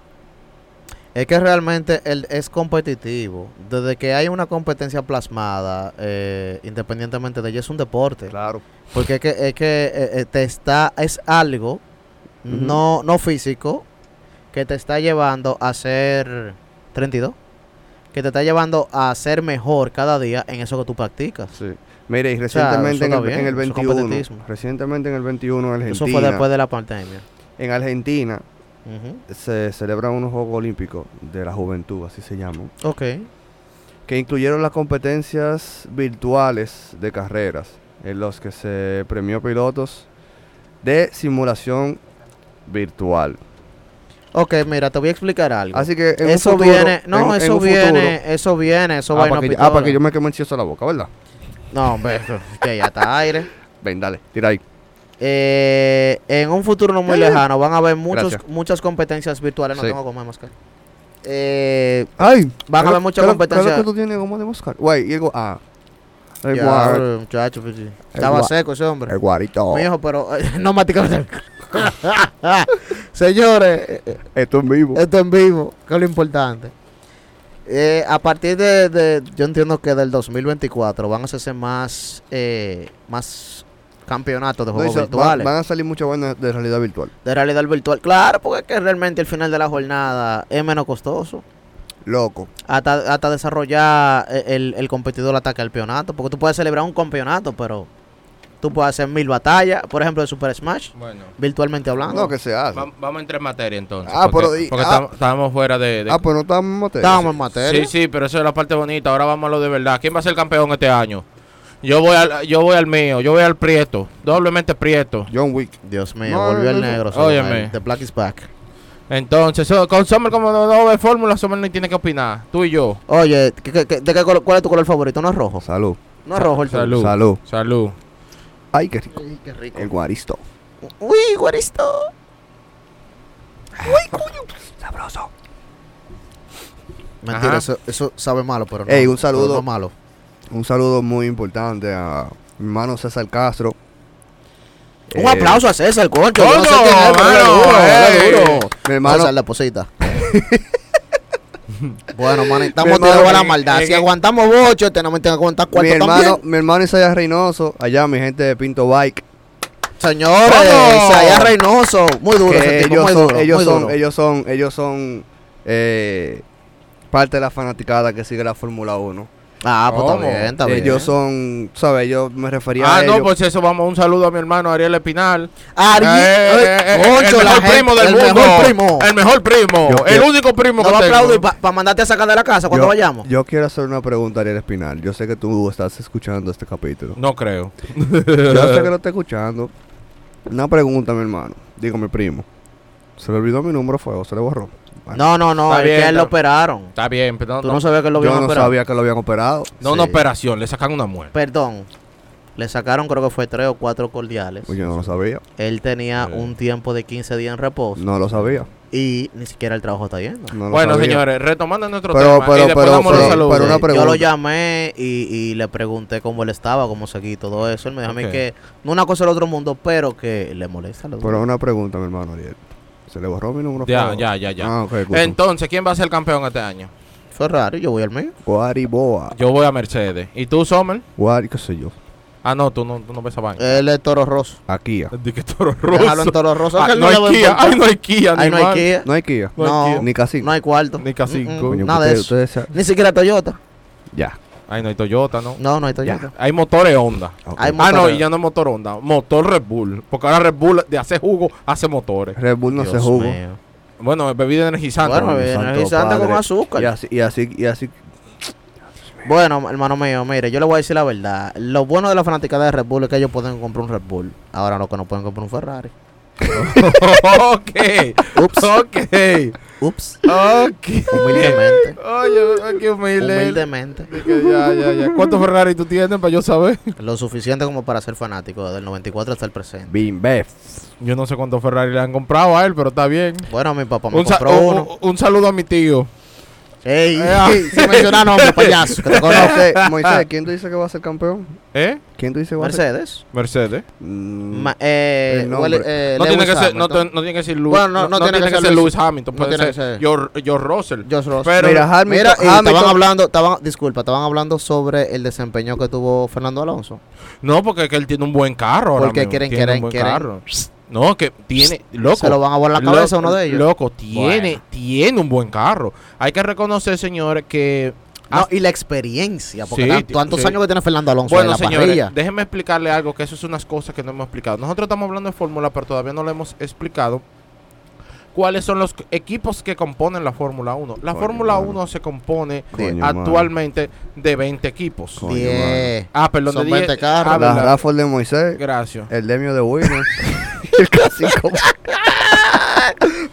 Es que realmente el, es competitivo. Desde que hay una competencia plasmada, eh, independientemente de ella, es un deporte.
Claro.
Porque es que, es que eh, eh, te está, es algo
Ujú.
no, no físico que te está llevando a ser 32. Que te está llevando a ser mejor cada día en eso que tú practicas.
Sí. Mire, y
sea, eso
recientemente en,
está
el,
bien,
en el
eso es
21,
competitismo.
recientemente en el 21 en Argentina,
Eso fue después de la pandemia.
en Argentina
Ujú.
se celebran unos Juegos Olímpicos de la Juventud, así se llaman,
Ok.
que incluyeron las competencias virtuales de carreras, en los que se premió pilotos de simulación virtual.
Ok, mira, te voy a explicar algo.
Así que en un
eso
futuro-
viene, no,
en un- en
eso
un
viene,
futuro-
eso viene, eso
ah,
vaina
para que, yo- ah,
pitora.
para que yo me queme encioso la boca, ¿verdad?
No, hombre, que ya está aire.
Ven, dale, tira ahí.
Eh, en un futuro no muy
Ya, ya.
lejano van a haber muchos,
Gracias.
muchas competencias virtuales. No
Sí.
tengo como máscara. Eh,
Ay,
Van a haber mucha competencia.
que tú tienes como de Oscar? Güey, y el gu- ah. El
ya,
guar-
hombre, muchacho, pues, sí. estaba
gua-
seco ese hombre.
el guarito.
Mi hijo, pero eh, no matica. Señores, eh, eh,
Esto es vivo.
esto en vivo, que es lo importante. Eh, a partir de, de- yo entiendo que del 2024 van a hacerse más, eh, más campeonatos de
No, y
juegos
sa- van,
virtuales.
van a salir muchas buenas de realidad virtual.
de realidad virtual. Claro, porque es que realmente el final de la jornada es menos costoso.
Loco.
Hasta, hasta desarrollar e- el, el competidor hasta campeonato. Porque tú puedes celebrar un campeonato, pero tú puedes hacer mil batallas. Por ejemplo, el Super Smash,
Bueno,
virtualmente hablando.
No, que se hace.
va- vamos a entrar en materia entonces.
Ah,
porque,
pero di-
porque
ah.
estam- estábamos fuera de. de-
Ah, pues no estamos en materia.
Estábamos en materia.
sí, sí, pero eso es la parte bonita. Ahora vamos a lo de verdad. ¿Quién va a ser campeón este año? Yo voy al, yo voy al mío, yo voy al Prieto, doblemente Prieto.
John Wick.
Dios mío,
No,
volvió
no,
el
no.
negro.
Óyeme.
Samuel. The Black is Back.
Entonces, so- con Sommer, como no, no ve fórmula, Sommer no tiene que opinar. Tú y yo.
Oye, ¿qué- qué- qué- de qué color- ¿cuál es tu color favorito? No es rojo.
Salud.
No es rojo el tuyo.
Salud.
Salud.
Salud.
Ay, qué rico.
Ay, qué rico.
El guaristo.
Uy, guaristo.
Sabroso.
Mentira,
Ajá.
eso, eso sabe malo, pero no.
Ey, un
pero
saludo.
no malo.
Un saludo muy importante a mi hermano César Castro.
Un
Eh,
aplauso a César, concho.
coño,
yo no sé quién es, pero dale
mano,
duro, dale
ey.
duro.
Eh, Mi hermano,
César, deposita. bueno, man,
Mi
estamos
hermano,
tirados a la
eh,
maldad.
eh,
Si
eh.
aguantamos bocho, este tenemos que aguantar
mi
cuarto
hermano,
también.
mi hermano Isaías Reynoso, allá mi gente de Pinto Bike.
Señores,
Vamos.
Isaías Reynoso. Muy duro
que
ese tipo,
ellos,
muy
son,
duro,
ellos,
muy
son,
duro.
ellos son, ellos son, eh, parte de la fanaticada que sigue la Fórmula 1.
Ah, pues
¿Cómo?
está bien, está bien.
Ellos son, ¿sabes? Yo me refería a
Ah,
ellos.
no, pues eso, vamos, un saludo a mi hermano Ariel Espinal.
Ari,
Eh,
ay,
eh, eh,
concho,
el
la
mejor
gente-
primo del
el
mundo.
mejor primo.
El mejor primo.
Yo
el
quiero-
único primo
No
que
va a
tengo.
aplaudir para mandarte a sacar de la casa cuando
yo,
vayamos.
Yo quiero hacer una pregunta a Ariel Espinal. Yo sé que tú estás escuchando este capítulo.
No creo.
Yo sé que lo está escuchando. Una pregunta, mi hermano. Digo, mi primo. Se le olvidó mi número de fuego, se le borró. Bueno,
No, no, no,
Está
es
bien,
que él
está
lo
bien.
operaron.
Está bien, pero no,
Tú no sabías que lo
yo no
habían operado.
sabía que lo habían operado.
no una
sí.
operación, le sacan una muerte.
Perdón. Le sacaron creo que fue tres o cuatro cordiales.
Pues yo no lo sabía.
Él tenía
Eh.
Sí.
un tiempo de 15 días en reposo
No lo sabía.
y ni siquiera el trabajo está yendo.
No lo
Bueno,
sabía.
señores, retomando nuestro
Pero-
tema.
pero-
y después
pero-
damos los
pero-
saludos.
pero una
Sí, Yo
pregunta.
lo llamé y, y le pregunté cómo él estaba, cómo seguía y todo eso. Él me dijo a
Ok.
mí que no una cosa del otro mundo, pero que le molesta. lo-
Pero una pregunta, mi hermano Ariel. Se le borró mi número de
Ya,
fuego.
ya, ya, ya.
Ah, ok. Entonces,
Entonces, ¿quién va a ser campeón este año?
Ferrari, yo voy al mío.
Guariboa.
Yo voy a Mercedes. ¿Y tú, Sommer?
Guari, qué sé yo.
Ah, no, tú no, tú no ves a vaina.
Él es Toro Rosso.
Aquí.
De que Toro
Déjalo en
Rosso.
Toro Rosso.
Ah,
que él
no
le va a
hay Kia.
importar.
Ay, no hay Kia.
Ahí no hay
animal.
Kia,
No hay Kia.
No hay
No.
Kia.
Ni casi.
no hay cuarto.
Ni K5.
Mm, mm,
Coño,
nada de
ustedes-
eso.
ustedes se-
Ni siquiera Toyota.
Ya.
Ay, no hay Toyota, ¿no?
No, no hay Toyota.
Hay motores Honda.
ok.
Hay mo-
Ah, no,
Motores.
y ya no es motor Honda. Motor Red Bull. Porque ahora Red Bull de hacer jugo, hace motores.
Red Bull no se
Dios
jugó.
mío.
Bueno, es bebida energizante.
Bueno,
Santo
energizante con
padre.
azúcar.
Y así, y así, y así.
Bueno, hermano mío, mire, yo le voy a decir la verdad. Lo bueno de la fanaticada de Red Bull es que ellos pueden comprar un Red Bull. Ahora lo que no pueden comprar un Ferrari.
ok.
Ups,
Ok.
ups.
Ok.
Humildemente.
Oye, ay, qué humilde.
Humildemente.
De que Ya, ya, ya. ¿Cuántos Ferrari tú tienes para yo saber?
Lo suficiente como para ser fanático del 94 hasta el presente.
Bim, bef.
Yo no sé cuántos Ferrari le han comprado a él, pero está bien.
Bueno, mi papá Pues me
Un, sa-
compró
un-
uno.
un saludo a mi tío.
Ey,
Eh,
sin mencionar nombre, payaso, que te conozco.
Moisés, Moisés, ¿quién tú dices que va a ser campeón?
¿Eh?
¿Quién tú dices que va a ser?
Mercedes.
Mercedes.
Mm,
Ma- eh,
El nombre.
huele- eh,
No tiene,
Lewis
que ser, no,
Hamilton.
te- no tiene que ser Lewis.
Bueno, no- no tiene que ser Lewis-
Lewis Hamilton.
no
Puede
tiene que
ser
ser.
George, George Russell.
George Russell.
Pero-
mira, Hamilton,
Mira, y estaban
Hamilton-
hablando, estaban, disculpa, estaban hablando sobre el desempeño que tuvo Fernando Alonso.
No, porque es que él tiene un buen carro. ahora
Porque
mismo.
quieren,
Tiene un
quieren,
buen
quieren.
carro. No, que tiene. Loco.
Se lo van a volar la
Lo-
cabeza a uno de ellos.
Loco, tiene,
Bueno.
tiene un buen carro. Hay que reconocer, señores, que.
No, Ah, y la experiencia, porque
Sí,
tan-
ti-
tantos
sí.
años que tiene Fernando Alonso en
Bueno,
la
señores,
parrilla.
déjenme explicarle algo, que eso es unas cosas que no hemos explicado. Nosotros estamos hablando de fórmula, pero todavía no lo hemos explicado. ¿Cuáles son los equipos que componen la Fórmula 1? La
Coño,
Fórmula
mano.
1 se compone
coño, mano.
actualmente de 20 equipos.
Coño,
Diez.
Ah, perdón,
Son
de 10.
20 carros.
Ah,
La
verdad.
Rafford de Moisés,
Gracias.
el Demio de Williams, el clásico.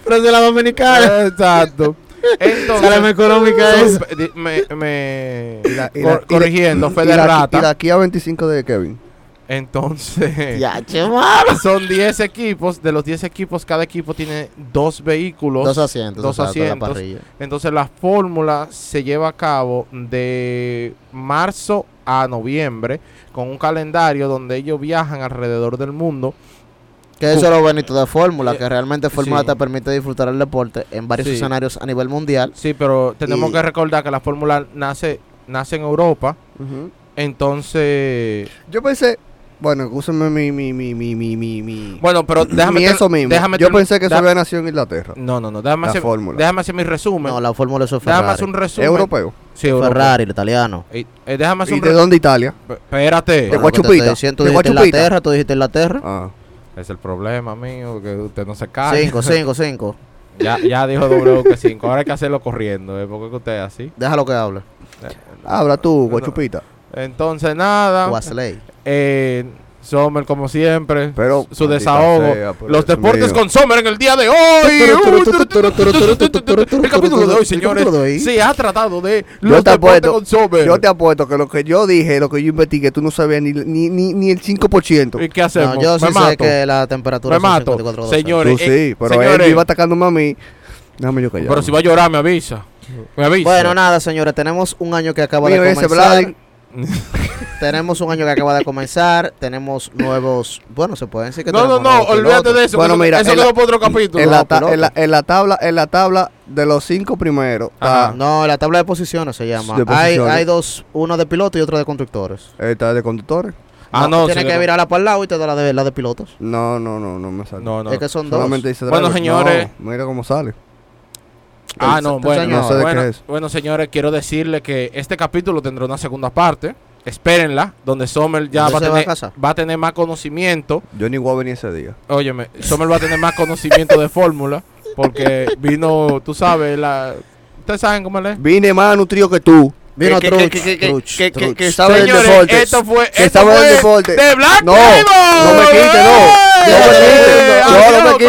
Pero de la dominicana.
Exacto.
Sale más
Entonces,
económica
son-
eso.
di- me, me-
la- y la- y
cor-
la-
corrigiendo,
y
Fede
la-
Rata.
Y de aquí a 25 de Kevin.
Entonces,
Ya, che, mano.
son 10 equipos. De los 10 equipos, cada equipo tiene dos vehículos.
Dos asientos.
dos
exacto, en
asientos.
La parrilla.
Entonces, la fórmula se lleva a cabo de marzo a noviembre con un calendario donde ellos viajan alrededor del mundo.
Que eso es lo bonito de Fórmula, que realmente Fórmula
Eh, sí.
te permite disfrutar el deporte en varios
Sí.
escenarios a nivel mundial.
Sí, pero tenemos
Y-
que recordar que la fórmula nace, nace en Europa. Entonces,
Yo pensé, bueno, úsenme mi, mi, mi, mi, mi, mi, mi.
bueno, pero déjame.
mi
ter-
eso mismo.
déjame
Yo
termi-
pensé que eso
da-
había nacido en Inglaterra.
No, no, no. Déjame
La
hacer,
fórmula.
déjame hacer mi resumen.
No, la Fórmula eso es
déjame
Ferrari.
hacer un resumen.
Europeo.
Sí, europeo.
Ferrari, el italiano.
Eh, eh, déjame
¿Y
hacer un
de
resumen.
dónde Italia?
Espérate.
De
Pero lo que te
Guachupita,
estoy diciendo, tú
de
dijiste
Guachupita.
Inglaterra, tú dijiste Inglaterra.
Ah.
Es el problema mío, que usted no se calla.
Cinco, cinco, cinco.
Ya, ya dijo W que 5. Ahora hay que hacerlo corriendo, ¿eh? Porque es que usted es así.
Déjalo que hable.
Habla tú,
No.
Guachupita.
Ah, Entonces, nada.
Wesley.
eh, Sommer, como siempre.
Pero,
su- su
maldita
desahogo.
sea, por
Los
Dios
deportes
mío.
con Sommer en el día de hoy. El capítulo de hoy, señores, se ha tratado de los
te
deportes
apuesto,
con Sommer.
Yo te apuesto que lo que yo dije, lo que yo investigué, tú no sabías ni, ni, ni, ni el 5%.
¿Y qué hacemos?
No, yo sí
Me
sé
mato.
que la temperatura
Me
son
mato.
54 grados.
Señores,
Tú sí,
eh,
pero
señores,
él iba atacándome a mí. Déjame yo callar.
pero si va a llorar, me avisa. Me avisa.
Bueno, nada, señores, tenemos un año que acaba
Mira
de
ese
comenzar.
Vlad.
Tenemos un año que acaba de comenzar. Tenemos nuevos. Bueno, se pueden decir que
no, no,
tenemos
no,
nuevos
olvídate
pilotos.
de eso.
Bueno,
que eso-
mira,
eso
en la-
quedó para otro capítulo.
en, la ta-
pilotos.
en la- en la tabla, en la tabla de los cinco primeros está,
Ajá.
Ah, No, la tabla de posiciones se llama.
De
Hay,
posiciones.
hay dos, uno de piloto y otro de constructores.
está de conductores.
ah, no,
Tienes
se
que
quedó.
virarla para el lado y te da la de, la de pilotos.
No, no, no, no me sale.
No, no.
Es que son dos.
Solamente dice
Bueno,
driver.
señores.
No, mira cómo sale.
Ah,
Entonces,
no,
entonces,
bueno,
señor.
No sé de
bueno,
qué es.
bueno, señores, quiero decirle que este capítulo tendrá una segunda parte. Espérenla, donde Sommer ya va a,
Entonces se va a
tener,
casa.
va a tener más conocimiento.
Yo ni voy a venir ese día.
Óyeme, Sommer va a tener más conocimiento de fórmula, porque vino, tú sabes, la... Ustedes saben cómo es. ¿eh?
Vine más nutrido que tú.
Vino
Que- que-
Truch,
que- que- que-
Truch,
que- que-
Truch.
que sabe del
Señores,
deporte.
esto
Que
fue, esto
estaba en
fue
deporte.
de Black
No,
Diamond.
no me quite, no. No me quite.
¡Eh!
No, no me
Adiós,
quite.